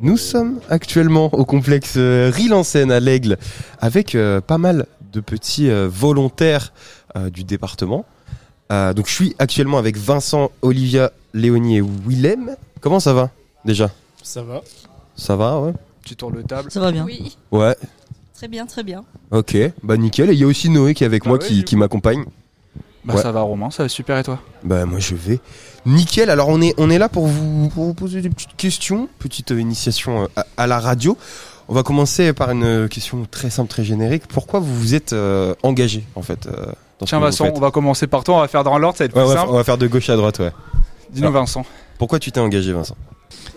Nous sommes actuellement au complexe euh, Rille en Seine à l'Aigle avec euh, pas mal de petits euh, volontaires euh, du département. Euh, donc je suis actuellement avec Vincent, Olivia, Léonie et Willem. Comment ça va déjà Ça va. Ça va, ouais Tu tournes le table. Ça va bien. Oui, Ouais, très bien, très bien. ok, bah nickel. Et il y a aussi Noé qui est avec Bah moi ouais, qui, du qui m'accompagne. Bah Ouais. ça va Romain, ça va super et toi Bah moi je vais. Nickel, alors on est, on est là pour vous, pour vous poser des petites questions, petite euh, initiation euh, à, à la radio. On va commencer par une euh, question très simple, très générique. Pourquoi vous vous êtes euh, engagé en fait euh, dans ce Tiens que vous Vincent, faites on va commencer par toi, on va faire dans l'ordre, ça va être Ouais, plus on, va, simple. on va faire de gauche à droite, ouais. Dis-nous Vincent. Pourquoi tu t'es engagé Vincent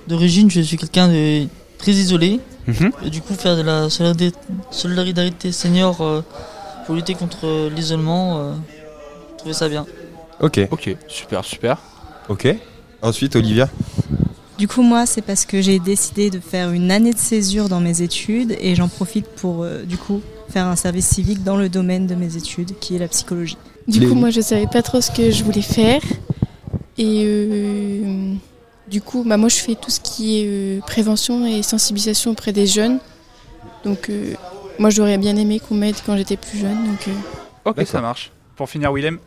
D'origine, je suis quelqu'un de très isolé. Mhm. Et du coup, faire de la solidarité- solidarité senior euh, pour lutter contre euh, l'isolement, euh, je trouvais ça bien. Ok, Ok, super, super. ok. Ensuite Olivia Du coup, moi, c'est parce que j'ai décidé de faire une année de césure dans mes études et j'en profite pour, euh, du coup, faire un service civique dans le domaine de mes études, qui est la psychologie. Du Les- coup, moi, je savais pas trop ce que je voulais faire. Et euh, du coup, bah, moi, je fais tout ce qui est euh, prévention et sensibilisation auprès des jeunes. Donc, euh, moi, j'aurais bien aimé qu'on m'aide quand j'étais plus jeune. Donc, euh, Ok, D'accord. ça marche. Pour finir Willem,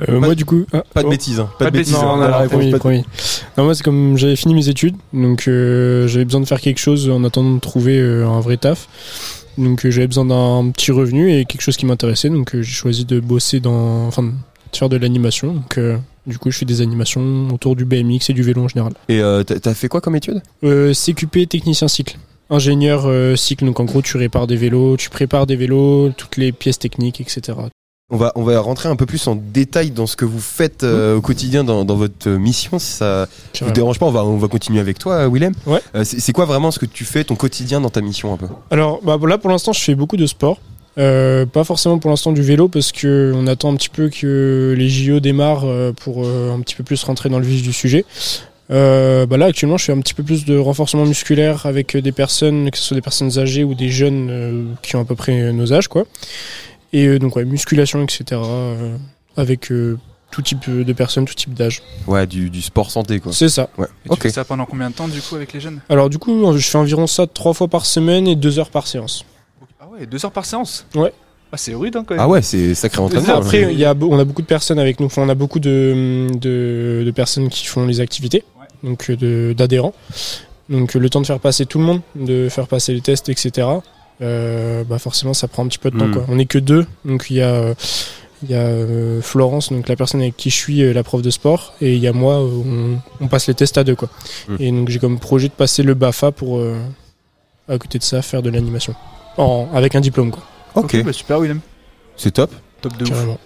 Euh, Pas moi de- du coup, ah, Pas de oh. bêtises, hein. pas, Pas de bêtises, Non, hein. non, Non, non, non, promis, pas de- promis. Non, moi c'est comme j'avais fini mes études, donc euh, j'avais besoin de faire quelque chose en attendant de trouver euh, un vrai taf. Donc euh, j'avais besoin d'un petit revenu et quelque chose qui m'intéressait, donc euh, j'ai choisi de bosser dans, enfin, de faire de l'animation. Donc euh, du coup, je fais des animations autour du BMX et du vélo en général. Et euh, t'as- t'as fait quoi comme étude Euh, CQP technicien cycle. Ingénieur euh, cycle, donc en gros tu répares des vélos, tu prépares des vélos, toutes les pièces techniques, etc. On va, on va rentrer un peu plus en détail dans ce que vous faites euh, au quotidien dans, dans votre euh, mission, si ça vous dérange pas, on va, on va continuer avec toi, euh, Willem. Ouais. Euh, c'est c'est quoi vraiment ce que tu fais, ton quotidien dans ta mission un peu Alors bah, là pour l'instant je fais beaucoup de sport. Euh, pas forcément pour l'instant du vélo parce que on attend un petit peu que les JO démarrent euh, pour euh, un petit peu plus rentrer dans le vif du sujet. Euh, bah là actuellement je fais un petit peu plus de renforcement musculaire avec euh, des personnes, que ce soit des personnes âgées ou des jeunes euh, qui ont à peu près nos âges quoi. Et euh, donc ouais, musculation etc. euh, avec euh, tout type de personnes, tout type d'âge. Ouais, du, du sport santé quoi. C'est ça. Ouais. et tu Ok. fais ça pendant combien de temps du coup avec les jeunes Alors du coup je fais environ ça trois fois par semaine et deux heures par séance. Ah ouais, deux heures par séance Ouais. Ah c'est rude hein, quand même. Ah ouais, c'est sacré entraînement. hein. Après, ouais. Après, il y a, be- on a beaucoup de personnes avec nous. Enfin, on a beaucoup de, de, de personnes qui font les activités, Ouais. donc euh, de- d'adhérents. Donc euh, le temps de faire passer tout le monde, de faire passer les tests, etc. euh, bah forcément, ça prend un petit peu de temps. Mm. Quoi. On n'est que deux, donc il y a, euh, il y a euh, Florence, donc la personne avec qui je suis, euh, la prof de sport, et il y a moi. euh, On, on passe les tests à deux, quoi. Mm. Et donc j'ai comme projet de passer le Bafa pour, euh, à côté de ça, faire de l'animation, En- avec un diplôme, quoi. Ah, Ok, bah, super Willem. c'est top. Top de ouf. Carrément.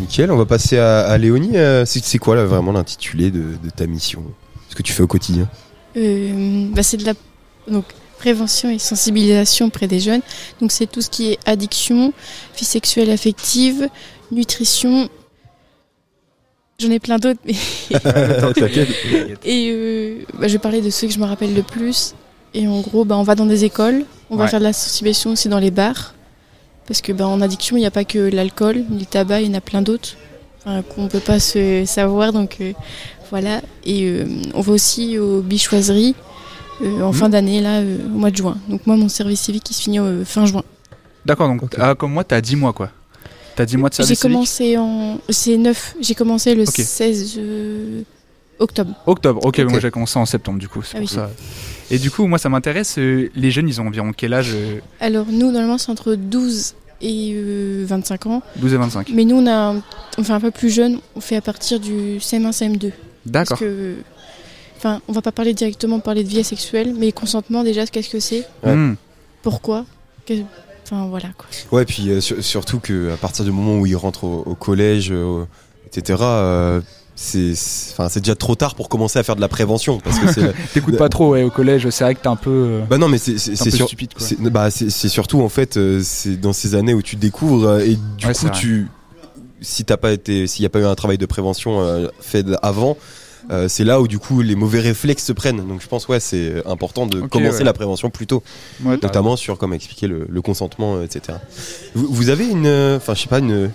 Nickel, on va passer à, à Léonie. Euh, c'est c'est quoi là, vraiment l'intitulé de, de ta mission Ce que tu fais au quotidien euh, bah, c'est de la donc, prévention et sensibilisation auprès des jeunes. Donc, c'est tout ce qui est addiction, vie sexuelle affective, nutrition. J'en ai plein d'autres, mais T'inquiète. Et euh, bah, je vais parler de ceux que je me rappelle le plus. Et en gros, bah, on va dans des écoles, on Ouais. va faire de la sensibilisation aussi dans les bars. Parce que bah, en addiction, il n'y a pas que l'alcool, le tabac, il y en a plein d'autres enfin, qu'on ne peut pas se savoir. Donc euh, voilà. Et euh, on va aussi aux bichoiseries euh, Mmh. en fin d'année, là, euh, au mois de juin. Donc moi, mon service civique, il se finit euh, fin juin. D'accord, donc ah, comme moi t'as 10 mois quoi. T'as 10 mois de J'ai service civique commencé en. C'est neuf. J'ai commencé le Ok. 16 euh, octobre. Octobre, ok, Ok. moi j'ai commencé en septembre du coup, c'est Ah pour oui. ça. Et du coup, moi ça m'intéresse, euh, les jeunes ils ont environ quel âge euh, Alors nous, normalement, c'est entre 12 et euh, 25 ans. 12 et 25 Mais nous, on a un, enfin, un peu plus jeune, on fait à partir du CM1, CM2. D'accord. Parce que, enfin, on va pas parler directement parler de vie asexuelle, mais consentement déjà, qu'est-ce que c'est Ouais. Hmm. Pourquoi Que- Enfin voilà quoi. Ouais, puis euh, sur- surtout que à partir du moment où ils rentrent au, au collège, euh, etc. euh, c'est c'est- enfin, c'est déjà trop tard pour commencer à faire de la prévention parce que c'est la- T'écoutes pas trop ouais, au collège, c'est vrai que t'es un peu, euh, bah non mais c'est c'est t'es un peu c'est sur- stupide quoi. C'est bah, c'est- c'est surtout en fait euh, c'est dans ces années où tu découvres euh, et du Ouais, c'est coup vrai. tu si t'as pas été s'il n'y a pas eu un travail de prévention euh, fait avant euh, c'est là où du coup les mauvais réflexes se prennent donc je pense ouais c'est important de Ok, commencer ouais. la prévention plus tôt Mmh. Ouais, t'as- notamment sur comme expliquer le, le consentement euh, etc vous, vous avez une euh, enfin je sais pas une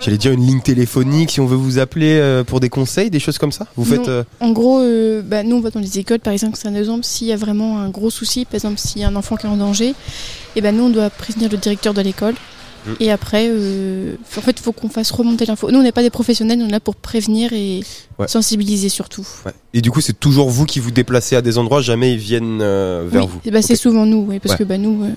j'allais dire une ligne téléphonique si on veut vous appeler euh, pour des conseils, des choses comme ça Vous Non. faites. euh, En gros, euh, bah, nous, on va dans les écoles, par exemple, c'est un exemple, s'il y a vraiment un gros souci, par exemple, s'il y a un enfant qui est en danger, et ben nous, on doit prévenir le directeur de l'école. Mm. Et après, euh, en fait, il faut qu'on fasse remonter l'info. Nous, on n'est pas des professionnels, on est là pour prévenir et Ouais. sensibiliser surtout. ouais. Et du coup, c'est toujours vous qui vous déplacez à des endroits, jamais ils viennent euh, vers Oui, vous. et bah, C'est Ok. souvent nous, oui, parce Ouais. que bah, nous, euh,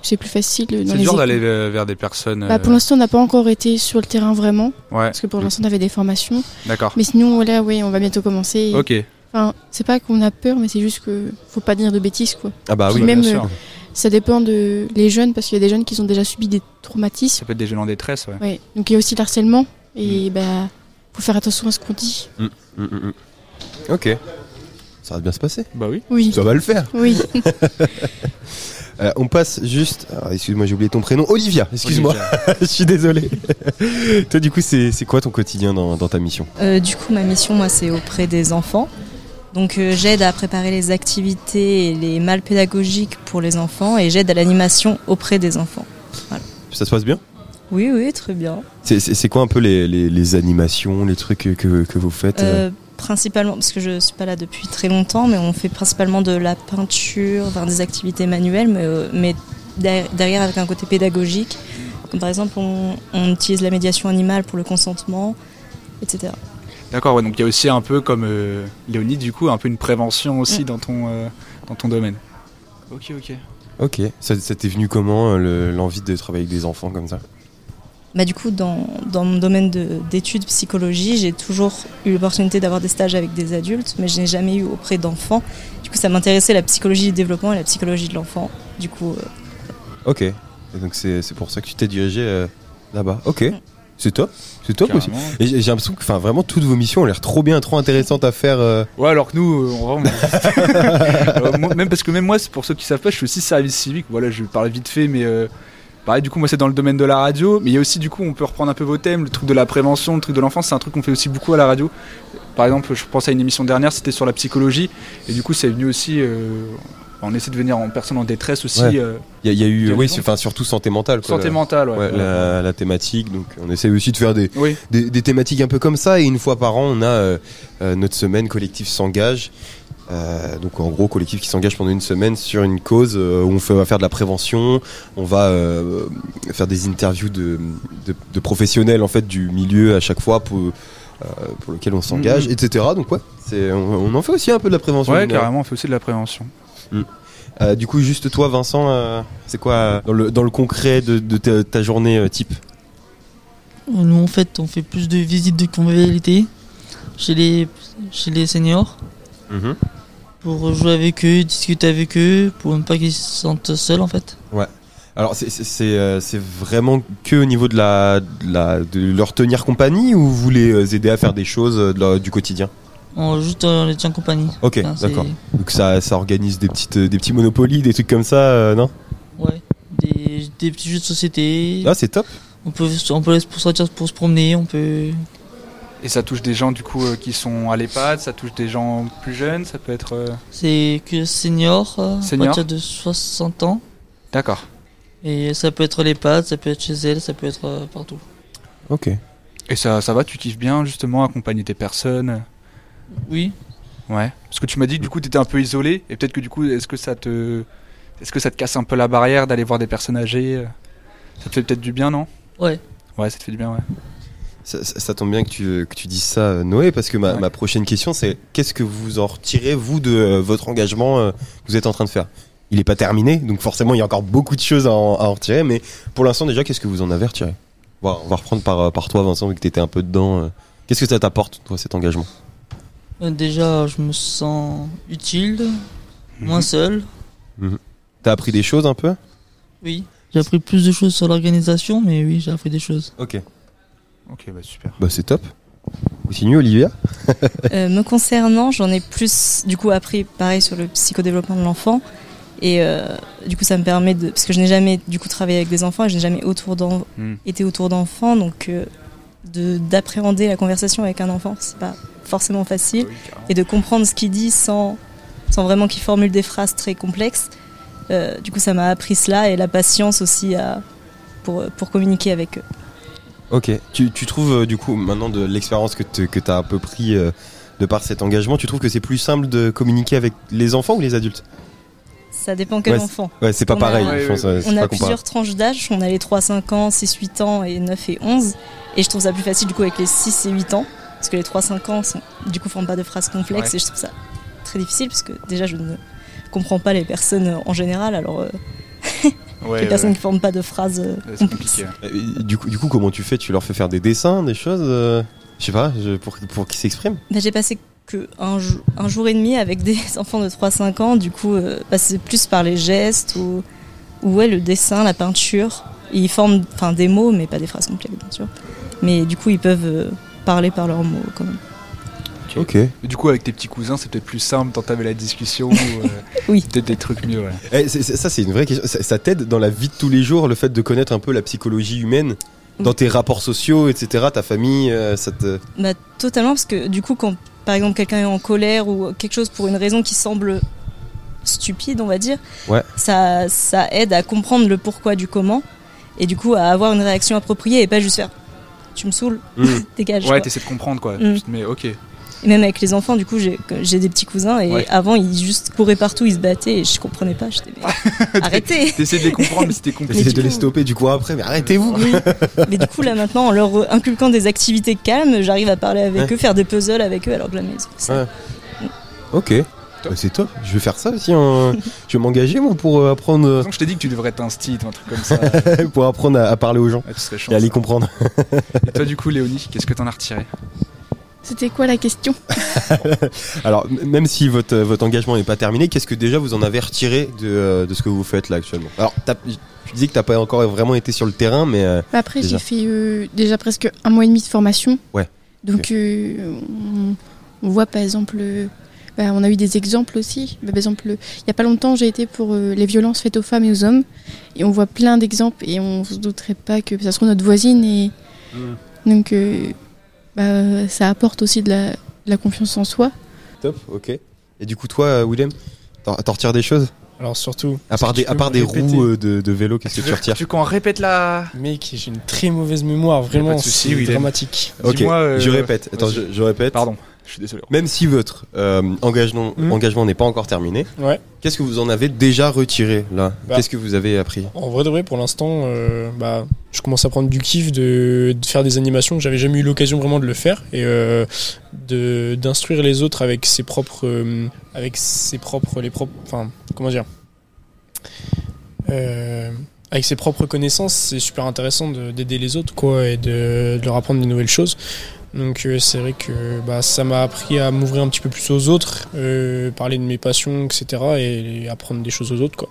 c'est plus facile euh, dans C'est les dur écoles. d'aller euh, vers des personnes. Bah, euh, pour l'instant, on n'a pas encore été sur le terrain vraiment, Ouais, Mmh. parce que pour Mm. l'instant, on avait des formations. d'accord. Mais sinon, voilà, oui, on va bientôt commencer. et- Ok. Enfin, c'est pas qu'on a peur, mais c'est juste que faut pas dire de bêtises, quoi. Ah bah oui. Puis Ouais, même, bien sûr. euh, Ça dépend de les jeunes, parce qu'il y a des jeunes qui ont déjà subi des traumatismes. Ça peut être des jeunes en détresse, ouais. Ouais. Donc il y a aussi l'harcèlement, et bah faut faire attention à ce qu'on dit. Mm, mm, mm. Ok. Ça va bien se passer. Bah oui. Oui. Ça va le faire. Oui. Euh, on passe juste. alors, excuse-moi, j'ai oublié ton prénom. Olivia, excuse-moi. Olivia. Je suis désolé. Toi, du coup, c'est c'est quoi ton quotidien dans, dans ta mission Euh, du coup, ma mission, moi, c'est auprès des enfants. Donc, euh, j'aide à préparer les activités et les mal pédagogiques pour les enfants et j'aide à l'animation auprès des enfants. Ça se passe bien Oui, oui, très bien. C'est- C'est c'est quoi un peu les, les- les animations, les trucs que, que- que vous faites euh Euh, principalement, parce que je suis pas là depuis très longtemps, mais on fait principalement de la peinture, enfin, des activités manuelles, mais, euh, mais derrière, derrière avec un côté pédagogique. Comme par exemple, on, on utilise la médiation animale pour le consentement, etc. D'accord, ouais, donc il y a aussi un peu comme euh, Léonie, du coup, un peu une prévention Mmh. aussi dans, ton, euh, dans ton domaine. Ok, ok. Ok. Ça, ça t'est venu comment euh, le- l'envie de travailler avec des enfants comme ça Bah, du coup, dans, dans mon domaine de- d'études psychologie, j'ai toujours eu l'opportunité d'avoir des stages avec des adultes, mais je n'ai jamais eu auprès d'enfants. Du coup, ça m'intéressait la psychologie du développement et la psychologie de l'enfant. Du coup, euh, Ok. Et donc, c'est c'est pour ça que tu t'es dirigé euh, là-bas. Ok. C'est top. C'est top aussi. Carrément. Et J'ai j'ai l'impression que enfin, vraiment toutes vos missions ont l'air trop bien, trop intéressantes à faire. euh, Ouais, alors que nous, euh, on vraiment. Euh, moi- même parce que même moi, c'est pour ceux qui savent pas, je suis aussi service civique. Voilà, je parle vite fait, mais euh, pareil, du coup, moi, c'est dans le domaine de la radio. Mais il y a aussi, du coup, on peut reprendre un peu vos thèmes. Le truc de la prévention, le truc de l'enfance, c'est un truc qu'on fait aussi beaucoup à la radio. Par exemple, je pense à une émission dernière, c'était sur la psychologie. Et du coup, c'est venu aussi. euh, on essaie de venir en personne en détresse aussi. Ouais. euh, Il y, a- il y a eu, Quel oui, genre c'est- enfin surtout santé mentale. Quoi, santé la- mentale, ouais. ouais, la, la thématique. Donc, on essaie aussi de faire des, Oui, des, des thématiques un peu comme ça. Et une fois par an, on a euh, euh, notre semaine collectif s'engage. Euh, donc en gros collectif qui s'engage pendant une semaine sur une cause euh, où on fait- va faire de la prévention, on va euh, faire des interviews de, de, de professionnels en fait du milieu à chaque fois pour, euh, pour lequel on s'engage, Mhm. etc. Donc ouais, c'est, on, on en fait aussi un peu de la prévention. ouais, mine de rien. carrément, on fait aussi de la prévention. Euh, du coup juste toi Vincent, euh, c'est quoi euh, dans, le, dans le concret de, de ta, ta journée euh, type Nous, en fait, on fait plus de visites de convivialité chez les, chez les seniors pour jouer avec eux, discuter avec eux, pour ne pas qu'ils se sentent seuls, en fait. Alors c'est- c'est c'est, euh, c'est vraiment que au niveau de la, de la- de leur tenir compagnie ou vous les euh, aider à faire des choses euh, de leur- du quotidien On, juste, on les tient compagnie. Ok, Enfin, c'est- d'accord. Donc ça, ça organise des petites euh, des petits monopolies, des trucs comme ça, euh, non Ouais. Des, des petits jeux de société. Ah c'est top. On peut, on peut aller pour sortir pour se promener, on peut. Et ça touche des gens, du coup, euh, qui sont à l'EHPAD, ça touche des gens plus jeunes, ça peut être. euh, C'est que senior, euh, à Senior. partir de 60 ans. D'accord. Et ça peut être les pattes, ça peut être chez elle, ça peut être euh, partout. Ok. Et ça, ça va, tu kiffes bien justement accompagner tes personnes Oui. Ouais. Parce que tu m'as dit que du coup t'étais un peu isolé et peut-être que du coup est-ce que ça te est-ce que ça te casse un peu la barrière d'aller voir des personnes âgées euh Ça te fait peut-être du bien, non Ouais. Ouais, ça te fait du bien, ouais. Ça, ça- ça tombe bien que tu, que tu dises ça, euh, Noé, parce que ma, Ouais. ma prochaine question, c'est qu'est-ce que vous en retirez, vous, de euh, votre engagement euh, que vous êtes en train de faire Il n'est pas terminé, donc forcément, il y a encore beaucoup de choses à en, à en retirer, mais pour l'instant, déjà, qu'est-ce que vous en avez retiré on va, on va reprendre par, euh, par toi, Vincent, vu que tu étais un peu dedans. euh. Qu'est-ce que ça t'apporte, toi, cet engagement Euh, Déjà, je me sens utile, moins seul. T'as appris des choses un peu Oui. J'ai appris plus de choses sur l'organisation, mais oui, j'ai appris des choses. Ok. Ok, bah super. Bah, c'est top. Continue, Olivia. Euh, me concernant, j'en ai plus du coup appris pareil sur le psychodéveloppement de l'enfant. Et euh, du coup, ça me permet de. Parce que je n'ai jamais du coup travaillé avec des enfants et je n'ai jamais autour d'en- Hmm. été autour d'enfants. Donc, euh, de- d'appréhender la conversation avec un enfant, c'est pas forcément facile. Et de comprendre ce qu'il dit sans, sans vraiment qu'il formule des phrases très complexes. Euh, du coup, ça m'a appris cela et la patience aussi à, pour, pour communiquer avec eux. Ok. Tu, tu trouves, euh, du coup, maintenant de l'expérience que tu as un peu pris euh, de par cet engagement, tu trouves que c'est plus simple de communiquer avec les enfants ou les adultes Ça dépend quel Ouais, enfant. Ouais, c'est pas On a- pareil, Ouais, je pense. ouais. euh, c'est On pas a comparable. plusieurs tranches d'âge. On a les 3, 5 ans, 6, 8 ans et 9 et 11. Et je trouve ça plus facile du coup avec les 6 et 8 ans. Parce que les 3, 5 ans sont, du coup forment pas de phrases complexes Ouais. et je trouve ça très difficile parce que déjà je ne comprends pas les personnes euh, en général. Alors euh, Ouais, les ouais, personnes ouais. qui forment pas de phrases euh, Ouais, C'est complexes. compliqué. ouais. Et Du coup, du coup, comment tu fais Tu leur fais faire des dessins, des choses euh, Je sais pas, je- pour, pour qu'ils s'expriment Bah, j'ai passé que un, jou- un jour et demi avec des enfants de 3-5 ans, du coup, euh, bah, c'est plus par les gestes ou, ou ouais, le dessin, la peinture. Ils forment enfin, des mots, mais pas des phrases complètes, bien sûr. Mais du coup, ils peuvent euh, parler par leurs mots quand même. Ok. Mais Du coup, avec tes petits cousins, c'est peut-être plus simple d'entamer la discussion. ou, euh, Oui. Peut-être des trucs mieux, ouais. Eh, c'est- c'est- ça, c'est une vraie question. Ça, ça t'aide dans la vie de tous les jours, le fait de connaître un peu la psychologie humaine, dans tes rapports sociaux, etc., ta famille, euh, ça te. Bah, totalement, parce que du coup, quand par exemple quelqu'un est en colère ou quelque chose pour une raison qui semble stupide, on va dire, Ouais. ça, ça aide à comprendre le pourquoi du comment et du coup à avoir une réaction appropriée et pas juste faire tu me saoules, Mm. dégage. quoi. Ouais, t'essaies de comprendre, quoi. Mm. Tu te mets, ok. Et même avec les enfants, du coup, j'ai que- j'ai des petits cousins et Ouais. avant, ils juste couraient partout, ils se battaient et je comprenais pas. J'étais, mais arrêtez T'essaies de les comprendre, mais c'était compliqué. T'essaies du de les coup- stopper du coup après, mais arrêtez-vous Oui. Mais du coup, là maintenant, en leur euh, inculquant des activités calmes, j'arrive à parler avec Ouais. eux, faire des puzzles avec eux, alors que jamais ils ont fait ça. Ouais. Ok. Bah, c'est top, je vais faire ça aussi. hein. je vais m'engager moi pour euh, apprendre, euh, Par exemple, je t'ai dit que tu devrais être un style, un truc comme ça. pour apprendre à, à parler aux gens Ah, tu serais et à les chanceux. comprendre. Et toi, du coup, Léonie, qu'est-ce que t'en as retiré C'était quoi la question Alors, m- même si votre, euh, votre engagement n'est pas terminé, qu'est-ce que déjà vous en avez retiré de, euh, de ce que vous faites là actuellement Alors, t'as- tu disais que t'as pas encore vraiment été sur le terrain, mais euh, Bah Après, Déjà. j'ai fait euh, déjà presque un mois et demi de formation. Ouais. Donc, euh, on, on voit par exemple, euh, bah, on a eu des exemples aussi. Bah, par exemple, euh, il n'y a pas longtemps, j'ai été pour euh, les violences faites aux femmes et aux hommes. Et on voit plein d'exemples et on se douterait pas que ça se trouve notre voisine. Et... Donc, euh, bah, ça apporte aussi de la, de la confiance en soi. top, ok. Et du coup, toi, euh, Willem, t'en t'en retires des choses Alors surtout. À part est-ce que des, tu à peux part me des répéter roues euh, de, de vélo, qu'est-ce que tu retires Tu qu'on répète la. Mec, j'ai une très mauvaise mémoire, vraiment, de souci, c'est Willem. dramatique. Ok, Dis-moi, euh, je répète, attends, je, vas-y. je répète. Pardon, je suis désolé. Même si votre euh, engagement Mhm. engagement n'est pas encore terminé, Ouais. qu'est-ce que vous en avez déjà retiré là Bah. Qu'est-ce que vous avez appris En vrai de vrai, pour l'instant, euh, bah, je commence à prendre du kiff de, de faire des animations. J'avais jamais eu l'occasion vraiment de le faire et euh, de d'instruire les autres avec ses propres, euh, avec ses propres, les propres, enfin, comment dire, Euh, avec ses propres connaissances. C'est super intéressant de- d'aider les autres, quoi, et de, de leur apprendre des nouvelles choses. Donc euh, c'est vrai que bah, ça m'a appris à m'ouvrir un petit peu plus aux autres, euh, parler de mes passions, etc. et, apprendre des choses aux autres, quoi.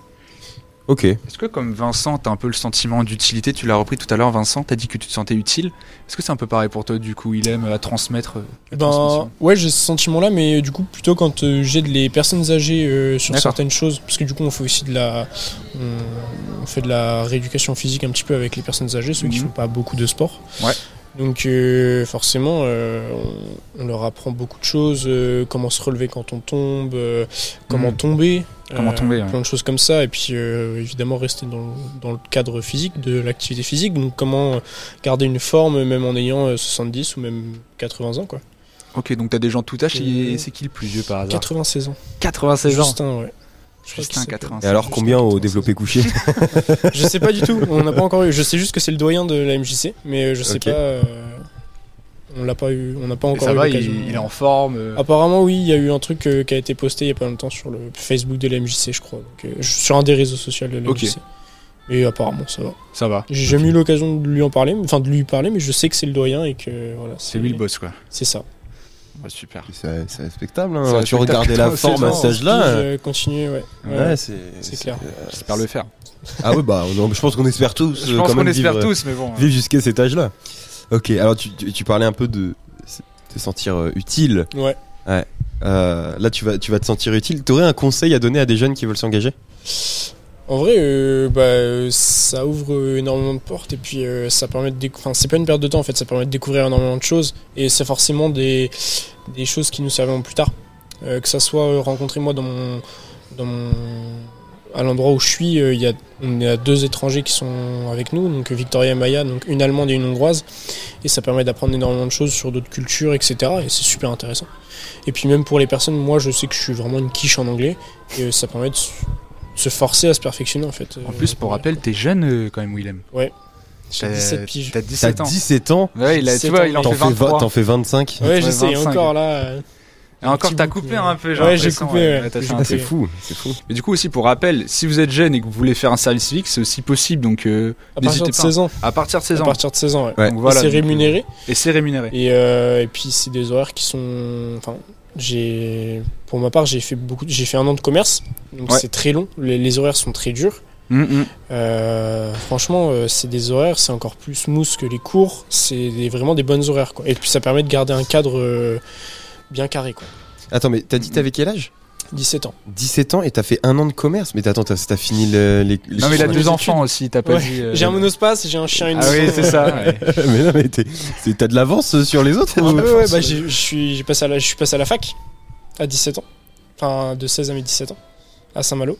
Ok. Est-ce que, comme Vincent, t'as un peu le sentiment d'utilité Tu l'as repris tout à l'heure, Vincent, t'as dit que tu te sentais utile. Est-ce que c'est un peu pareil pour toi, du coup Il aime à transmettre euh, la Ben, transmission ouais, j'ai ce sentiment-là, mais euh, du coup, plutôt quand euh, j'aide les personnes âgées euh, sur D'accord. certaines choses, parce que du coup, on fait aussi de la, on, on fait de la rééducation physique un petit peu avec les personnes âgées, ceux qui Mhm. font pas beaucoup de sport. Ouais. Donc, euh, forcément, euh, on, on leur apprend beaucoup de choses, euh, comment se relever quand on tombe, euh, comment Mhm. tomber. Comment hein. euh, tomber, ouais. plein de choses comme ça et puis euh, évidemment rester dans, le- dans le cadre physique de l'activité physique donc comment euh, garder une forme même en ayant euh, 70 ou même 80 ans quoi Ok, donc t'as des gens de tout âge, Euh, et c'est qui le plus vieux par hasard 96 ans. 96 ans. Justin, ouais. Je crois Justin, qu'il s'appelle. 80. Et alors juste combien 96. au développé couché Je sais pas du tout. On n'a pas encore eu. Je sais juste que c'est le doyen de la MJC, mais euh, je sais Ok. pas. euh, on l'a pas eu. On n'a pas Et encore Ah. ça eu va, l'occasion. il, il est en forme. euh, Apparemment, oui, il y a eu un truc euh, qui a été posté il y a pas longtemps sur le Facebook de la MJC, je crois. Donc, euh, sur un des réseaux sociaux de la Ok. MJC. Et apparemment, ça va. Ça va. J'ai jamais eu l'occasion de lui en parler, mais- enfin de lui parler, mais je sais que c'est le doyen et que voilà. C'est lui le boss, quoi. C'est ça. Ouais, super. C'est c'est respectable. Hein. C'est tu respectable. regardais la C'est forme à bon. cet âge-là. euh, Je continue, ouais. Ouais. Ouais, c'est c'est clair. J'espère le faire. Ah ouais, bah on- je pense qu'on espère tous. Je euh, pense quand qu'on même espère vivre- tous, mais bon. vivre jusqu'à cet âge-là. Ok, alors tu, tu, tu parlais un peu de te sentir euh, utile. Ouais. Ouais. Euh, là, tu vas, tu vas te sentir utile. T'aurais un conseil à donner à des jeunes qui veulent s'engager En vrai, euh, bah, euh, ça ouvre euh, énormément de portes et puis euh, ça permet de découvrir. Enfin, c'est pas une perte de temps en fait, ça permet de découvrir énormément de choses et c'est forcément des, des choses qui nous serviront plus tard. Euh, que ça soit euh, rencontrer moi dans mon, dans mon à l'endroit où je suis, euh, il y a, on a deux étrangers qui sont avec nous, donc Victoria et Maya, donc une allemande et une hongroise, et ça permet d'apprendre énormément de choses sur d'autres cultures, etc. Et c'est super intéressant. Et puis même pour les personnes, moi je sais que je suis vraiment une quiche en anglais, et euh, ça permet de se, de se forcer à se perfectionner en fait. euh. En plus, pour Ouais. rappel, t'es jeune euh, quand même, Willem. j'ai T'as 17 piges. t'as T'as 17 ans. 17 ans, Ouais, il a, tu 17 ans, vois, il en t'en fait fais, vingt- 23. t'en fais 25. Ouais, Ouais, j'essaye 25, encore là. euh, Et encore, petit t'as bout, coupé euh, un peu, j'ai ouais, j'ai l'impression, coupé, ouais. t'as fait J'ai un Ah, c'est Ok. fou, c'est fou. Mais du coup aussi pour rappel, si vous êtes jeune et que vous voulez faire un service civique, c'est aussi possible donc euh, À n'hésitez partir de pas. 16 ans. à partir de 16 À ans. partir de 16 ans, ouais. Ouais. Donc Et voilà, c'est donc, rémunéré. euh, Et c'est rémunéré. Et, euh, et puis c'est des horaires qui sont. Enfin, j'ai pour ma part j'ai fait beaucoup. J'ai fait un an de commerce, donc Ouais. c'est très long. Les, les horaires sont très durs. Mm, mm. Euh, franchement, euh, c'est des horaires, c'est encore plus mousse que les cours. C'est des- vraiment des bonnes horaires quoi. Et puis ça permet de garder un cadre euh, bien carré quoi. Attends, mais t'as dit t'avais quel âge 17 ans. 17 ans et t'as fait un an de commerce. Mais attends, t'as t'as fini le- les. les Non mais il a les deux études. enfants aussi, t'as pas Ouais. dit. euh, J'ai un monospace, j'ai un chien, et une Ah oui, maison. c'est ça. ouais. mais non, mais t'es- c'est- t'as de l'avance sur les autres. Ah ou- ouais, ouais, bah, j'ai- je suis j'ai passé à la, je suis passé à la fac à 17 ans. Enfin, de 16 à mes 17 ans, à Saint-Malo.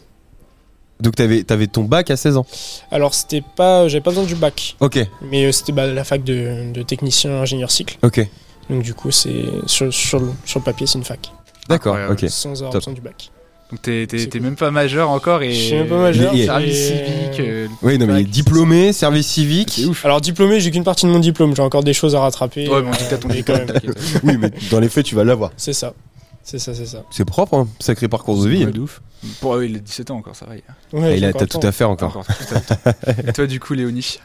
Donc t'avais avais ton bac à 16 ans. Alors, c'était pas, j'avais pas besoin du bac, Ok, mais euh, c'était bah, la fac de, de technicien ingénieur cycle. ok, Donc, du coup, c'est sur, sur, le- sur le papier, c'est une fac, d'accord, ok. Incroyable. sans avoir Top. besoin du bac. Donc t'es t'es- C'est t'es cool. même pas majeur encore et. Je suis même pas majeur, Mais- Service et- civique. euh, Oui, non, mais il est bac, diplômé, service civique. Alors, diplômé, j'ai qu'une partie de mon diplôme, j'ai encore des choses à rattraper. Ouais, bon, t'as ton mais diplôme, quand même. t'inquiète. Oui, mais dans les faits, tu vas l'avoir. C'est ça, c'est ça, c'est ça. C'est propre, hein. sacré parcours de vie. Ouais, de ouf. Pour eux, il a 17 ans encore, ça va. il a Ouais, Ah, il j'ai a encore t'as le temps. tout à faire encore. encore tout à fait. Et toi, du coup, Léonie,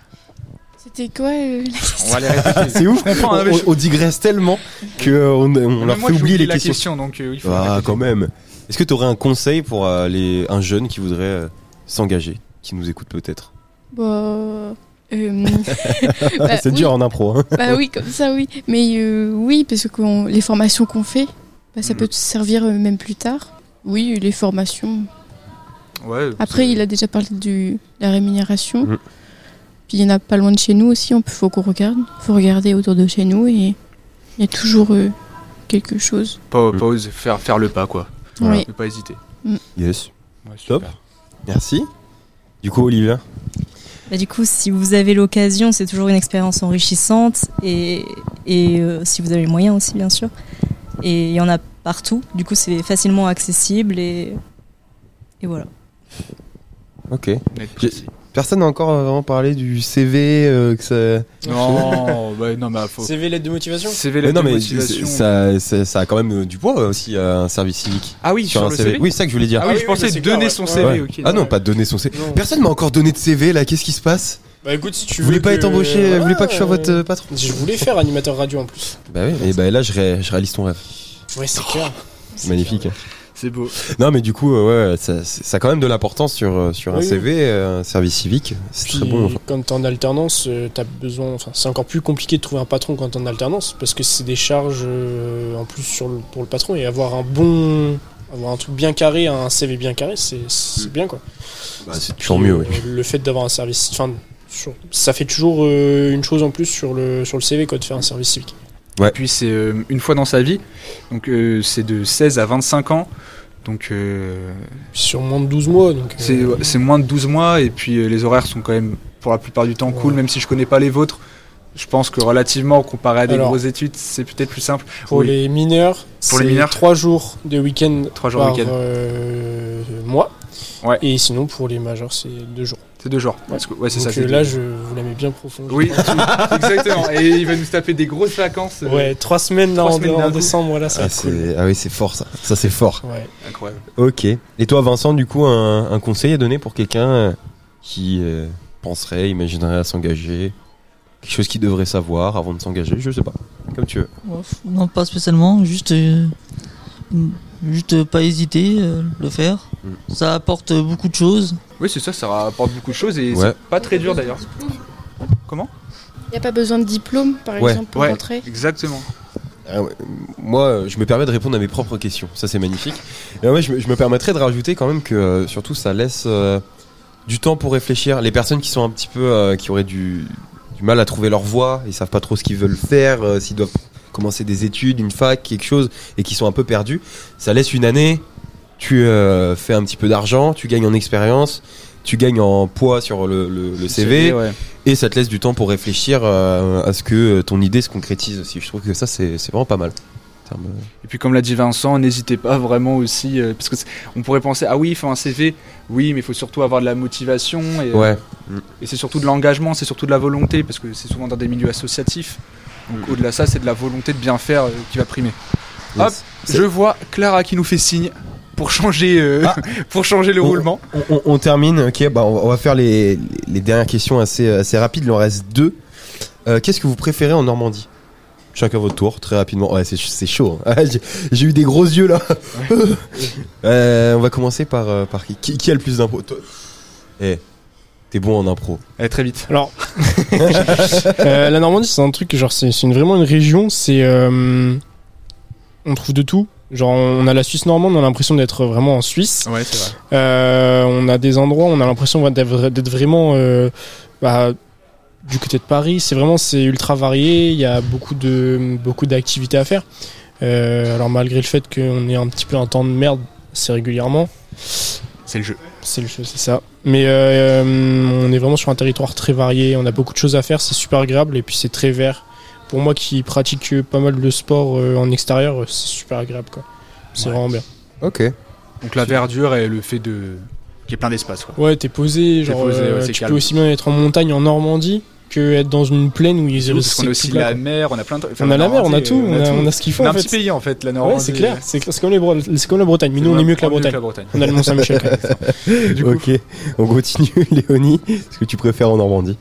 C'était quoi euh, la on question va les répéter. C'est ouf. comprends, hein, on, mais je- on- on digresse tellement que euh, on, on Même leur moi, fait j'ai oublier les la questions. question, donc euh, oui, faut la Ah, répéter. quand même. Est-ce que tu aurais un conseil pour euh, les, un jeune qui voudrait euh, s'engager, qui nous écoute peut-être Bah, euh, Ah, bah, C'est oui, dur en impro. hein. Bah oui, comme ça, oui. Mais euh, oui, parce que qu'on- les formations qu'on fait, bah, ça Mhm. peut te servir euh, même plus tard. Oui, les formations. Ouais, Après, c'est- Mm. il a déjà parlé du- de la rémunération. Mhm. Puis il y en a pas loin de chez nous aussi, on peut, faut qu'on regarde. faut regarder autour de chez nous et il y a toujours euh, quelque chose. pas, pas oser faire, faire le pas, quoi. Voilà. Oui. Ne pas hésiter. Yes. Ouais, Top. super. Merci. Du coup, Olivia. Bah, du coup, si vous avez l'occasion, c'est toujours une expérience enrichissante et, et, euh, si vous avez les moyens aussi, bien sûr. Et il y en a partout. Du coup, c'est facilement accessible et, et voilà. Ok. Net précis. Personne n'a encore euh, vraiment parlé du CV euh, que ça. Non, bah, non, mais faut. CV lettre de motivation CV Mais la non, mais c'est- motivation. ça, ça, ça a quand même euh, du poids euh, aussi euh, un service civique Ah oui, sur, un CV. Oui, c'est ça que je voulais dire. Ah Ah oui, oui, je oui, pensais bah, c'est donner clair, son ouais. CV, Ouais. ok. ah non, ouais. pas donner son CV. Non. Personne m'a encore donné de CV là. Qu'est-ce qui se passe Bah écoute, si tu Vous voulez veux pas que- être embauché Vous voulez pas que je sois Ouais, votre euh, patron Je voulais faire animateur radio en plus. Bah oui. Et bah là, je, ré- je réalise ton rêve. Ouais, Oh. c'est clair. C'est magnifique. C'est beau. Non, mais du coup, euh, ouais, ça, c'est- ça a quand même de l'importance sur, euh, sur un Oui, oui. CV, euh, un service civique. C'est Puis, bah, très bon. enfin. quand t'es en alternance, euh, t'as besoin. Enfin, c'est encore plus compliqué de trouver un patron quand t'es en alternance parce que c'est des charges euh, en plus sur le- pour le patron et avoir un bon, avoir un truc bien carré, un CV bien carré, c'est c'est Mm. bien quoi. Bah, c'est Puis, toujours mieux, euh, oui. Le fait d'avoir un service, enfin, sur- ça fait toujours euh, une chose en plus sur le sur le CV quoi de faire un service civique. Puis c'est euh, une fois dans sa vie, donc euh, c'est de 16 à 25 ans. Donc euh, Puis Sur moins de 12 mois, donc. euh, c'est ouais, c'est moins de 12 mois et puis euh, les horaires sont quand même pour la plupart du temps cool, Ouais. même si je connais pas les vôtres. Je pense que relativement comparé à des Alors. grosses études, c'est peut-être plus simple. Pour Oui. les mineurs, Pour les c'est mineurs. trois jours de week-end Trois jours de par week-end. euh, mois. Ouais. Et sinon, pour les majeurs, c'est deux jours. C'est deux jours. Ouais. Parce que- Ouais, c'est Donc ça. euh, c'est là, deux. je vous la mets bien profonde. Oui, tu- exactement. Et il va nous taper des grosses vacances. euh, Ouais, trois semaines là Trois en, semaines en d'un coup. décembre, là, ça va Ah, être cool. c'est- ah oui, c'est fort ça. Ça, c'est fort. Ouais. Incroyable. Ok. Et toi, Vincent, du coup, un, un conseil à donner pour quelqu'un euh, qui euh, penserait, imaginerait à s'engager Quelque chose qu'il devrait savoir avant de s'engager Je sais pas. Comme tu veux. Ouais, f- non, pas spécialement, juste, euh, n- juste euh, pas hésiter, euh, le faire. Ça apporte euh, beaucoup de choses. Oui, c'est ça, ça rapporte beaucoup de choses et Ouais. c'est pas très dur d'ailleurs. Comment Il n'y a pas besoin de diplôme, par Ouais. exemple, pour Ouais, rentrer. exactement. Ah ouais, euh, Moi, euh, je me permets de répondre à mes propres questions. Ça, c'est magnifique. Et ouais, je, me- je me permettrais de rajouter quand même que, euh, surtout, ça laisse euh, du temps pour réfléchir. Les personnes qui sont un petit peu, euh, qui auraient du, du mal à trouver leur voie, ils savent pas trop ce qu'ils veulent faire, euh, s'ils doivent commencer des études, une fac, quelque chose, et qui sont un peu perdus, ça laisse une année. tu euh, fais un petit peu d'argent, tu gagnes en expérience, tu gagnes en poids sur le, le- le CV, ouais. et ça te laisse du temps pour réfléchir euh, à ce que ton idée se concrétise aussi. Je trouve que ça, c'est c'est vraiment pas mal. En termes, euh, Et puis comme l'a dit Vincent, n'hésitez pas vraiment aussi, euh, parce que c'est- on pourrait penser ah oui, il faut un CV, oui, mais il faut surtout avoir de la motivation et, euh, Ouais. et c'est surtout de l'engagement, c'est surtout de la volonté, parce que c'est souvent dans des milieux associatifs. Donc au-delà de ça, c'est de la volonté de bien faire euh, qui va primer. Hop, C'est- je vois Clara qui nous fait signe pour changer, euh, pour changer le On- roulement. On, on- on termine, ok, bah on, on va faire les, les- les dernières questions assez, assez rapides, il en reste deux. Euh, Qu'est-ce que vous préférez en Normandie Chacun votre tour, très rapidement. Ouais, c'est- c'est chaud. hein. J'ai- J'ai eu des gros yeux là. Euh, on va commencer par, euh, par qui, qui Qui a le plus d'impro Toi- Eh, t'es bon en impro. Allez, très vite. Alors, euh, la Normandie, c'est un truc, genre, c'est c'est une- vraiment une région, c'est. euh, on trouve de tout. Genre, on a la Suisse normande, on a l'impression d'être vraiment en Suisse. Ouais, c'est vrai. Euh, on a des endroits où on a l'impression d'être d'être vraiment euh, bah, du côté de Paris. C'est vraiment c'est ultra varié. Il y a beaucoup de beaucoup d'activités à faire. Euh, alors malgré le fait qu'on ait un petit peu un temps de merde assez régulièrement, C'est le jeu. c'est le jeu, c'est ça. Mais euh, on est vraiment sur un territoire très varié. On a beaucoup de choses à faire. C'est super agréable et puis c'est très vert. Pour moi qui pratique pas mal de sport euh, en extérieur, euh, c'est super agréable quoi. C'est Ouais. vraiment bien. Ok. Donc la verdure et le fait de qu'il y ait plein d'espace. quoi. Ouais, t'es posé, genre posé, euh, ouais, c'est tu calme. peux aussi bien être en montagne en Normandie que être dans une plaine où ils Parce qu'on a aussi tout plat, la quoi. mer, on a plein de. enfin, on a la mer, on a Normandie, euh, tout, on a, on a ce qu'il On faut a en un petit fait. pays en fait, la Normandie. Ouais, c'est clair, c'est clair, c'est comme, les Bre- c'est comme la Bretagne, mais nous on vraiment est mieux que la mieux Bretagne. On a le Mont Saint-Michel. quand même. Du coup, Ok, on continue, Léonie. Ce que tu préfères en Normandie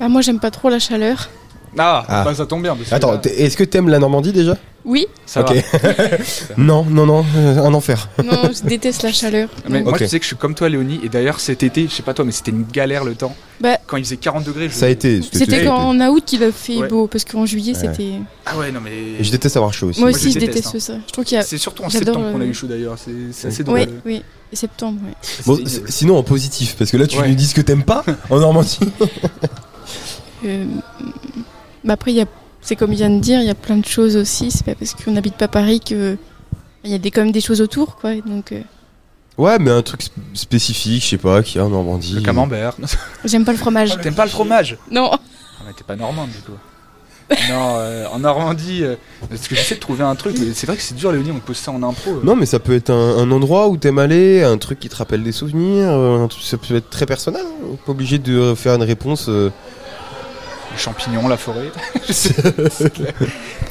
Bah, moi, j'aime pas trop la chaleur. Ah, Ah. bah, ça tombe bien. parce que Attends, là, t'es- est-ce que t'aimes la Normandie déjà Oui, ça ok. va. Non, non, non, euh, un enfer. non, je déteste la chaleur. Ah, Mais Non. Moi, Ok. tu sais que je suis comme toi, Léonie. Et d'ailleurs, cet été, je sais pas toi, mais c'était une galère le temps. Bah. Quand il faisait 40 degrés, je. Ça a été. C'était quand qu'en août qu'il a fait Ouais. beau, parce qu'en juillet, Ouais. c'était. Ah ouais, non mais. Je déteste avoir chaud aussi. Moi je aussi, je déteste, hein. déteste ça. Je trouve qu'il y a. C'est surtout en J'adore, septembre qu'on a euh, eu chaud d'ailleurs. C'est c'est assez Oui, drôle. euh, oui. Et septembre, ouais. C'était Bon, ignoble. c- sinon en positif, parce que là tu Ouais. nous dis ce que t'aimes pas en Normandie. Euh, bah après, il y a- c'est comme il vient de dire, il y a plein de choses aussi. C'est pas parce qu'on n'habite pas Paris que il y a des, quand même des choses autour, quoi. Et Donc, euh, Ouais, mais un truc sp- spécifique, je sais pas, qu'il y a en Normandie. Le camembert. j'aime pas le fromage. T'aimes pas le fromage Non. Ah, mais t'es pas normande du coup. non, euh, en Normandie, euh, parce que j'essaie de trouver un truc, mais c'est vrai que c'est dur, Léonie, on pose ça en impro. euh. Non, mais ça peut être un, un endroit où t'aimes aller, un truc qui te rappelle des souvenirs, euh, un truc- ça peut être très personnel. hein. On est Pas obligé de euh, faire une réponse. euh. Les champignons, la forêt.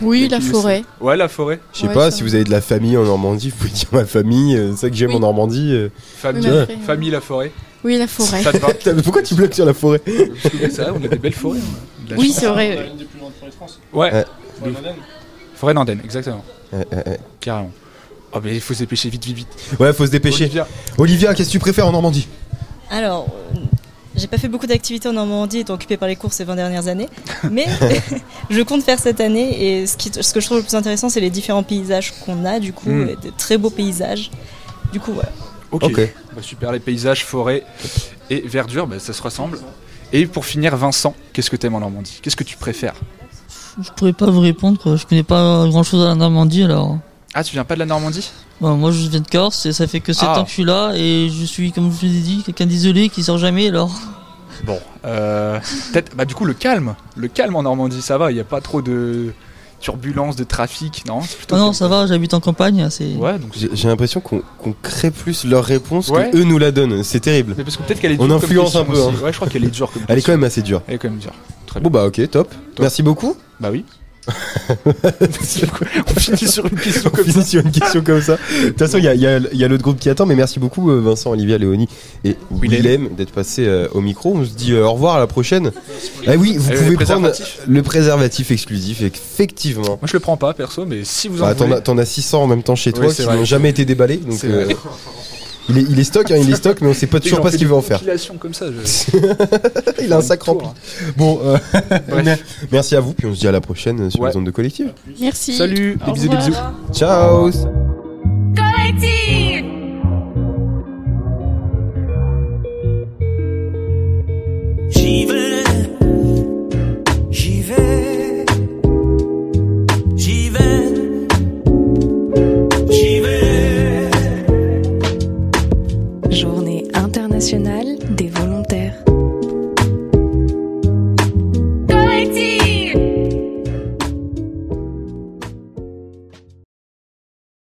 Oui, Mais la qui le forêt. Ouais, la forêt. Je sais Ouais, pas, ça si va. vous avez de la famille en Normandie, vous pouvez dire ma famille, euh, c'est ça que j'aime Oui. en Normandie. euh. Oui, Famille, mais après, euh, famille la forêt. oui, la forêt. Ça te va Putain, mais pourquoi tu bloques sur la forêt Parce que c'est vrai, on a des belles forêts. hein. De la Oui, chance. c'est vrai. Ouais, Ouais. De- forêt d'Andenne, exactement. Euh, euh, euh. Carrément. Oh, mais il faut se dépêcher vite, vite, vite. Ouais, faut se dépêcher. Olivia, Olivia. qu'est-ce que tu préfères en Normandie Alors, euh, j'ai pas fait beaucoup d'activités en Normandie, étant occupée par les cours ces 20 dernières années, mais je compte faire cette année. Et ce, qui- ce que je trouve le plus intéressant, c'est les différents paysages qu'on a, du coup, Mm. et de très beaux paysages. Du coup, voilà. Ok. Bah, super, les paysages, forêts et verdure, bah, ça se ressemble. Et pour finir, Vincent, qu'est-ce que t'aimes en Normandie Qu'est-ce que tu préfères Je pourrais pas vous répondre, quoi. je connais pas grand chose à la Normandie alors. Ah, tu viens pas de la Normandie Bah, moi je viens de Corse et ça fait que 7 Ah. ans que je suis là et je suis, comme je vous ai dit, quelqu'un d'isolé qui sort jamais alors. Bon, euh, peut-être. Bah, du coup, le calme. Le calme en Normandie, ça va. Il n'y a pas trop de turbulence, de trafic, non C'est plutôt Ah non, calme. ça va, j'habite en campagne, c'est. Ouais, donc. J'ai j'ai l'impression qu'on qu'on crée plus leurs réponses Ouais. que eux nous la donnent. C'est terrible. Mais parce que peut-être qu'elle est On dure. comme influence un question peu, hein. aussi. Ouais, je crois qu'elle est dure comme Elle est question. quand même assez dure. Elle est quand même dure. Très Bon bien. bah ok, top. Merci beaucoup. Bah oui. on finit sur une question On comme ça. finit sur une question comme ça. De toute façon, il y a, il y a- il y a l'autre groupe qui attend, mais merci beaucoup euh, Vincent, Olivia, Léonie et Willem. Willem d'être passé euh, au micro. On se dit euh, au revoir à la prochaine. Ah oui, vous Et le pouvez prendre préservatif le préservatif exclusif, effectivement. Moi, je le prends pas, perso, mais si vous en Bah, T'en voulez- as- t'en as 600 en même temps chez Oui, toi c'est qui vrai. n'ont jamais été déballés. Donc, C'est vrai. euh, il, est, il est stock, hein, il est stock, mais on sait pas toujours J'en pas fais ce qu'il des veut en faire. compilations comme ça. je- Il a un sac rempli. Bon, euh, hein. Bref. mer- merci à vous, puis on se dit à la prochaine sur Ouais. les ondes de collective. Merci. Salut, Au des bisous, des revoir. bisous. Ciao. Collective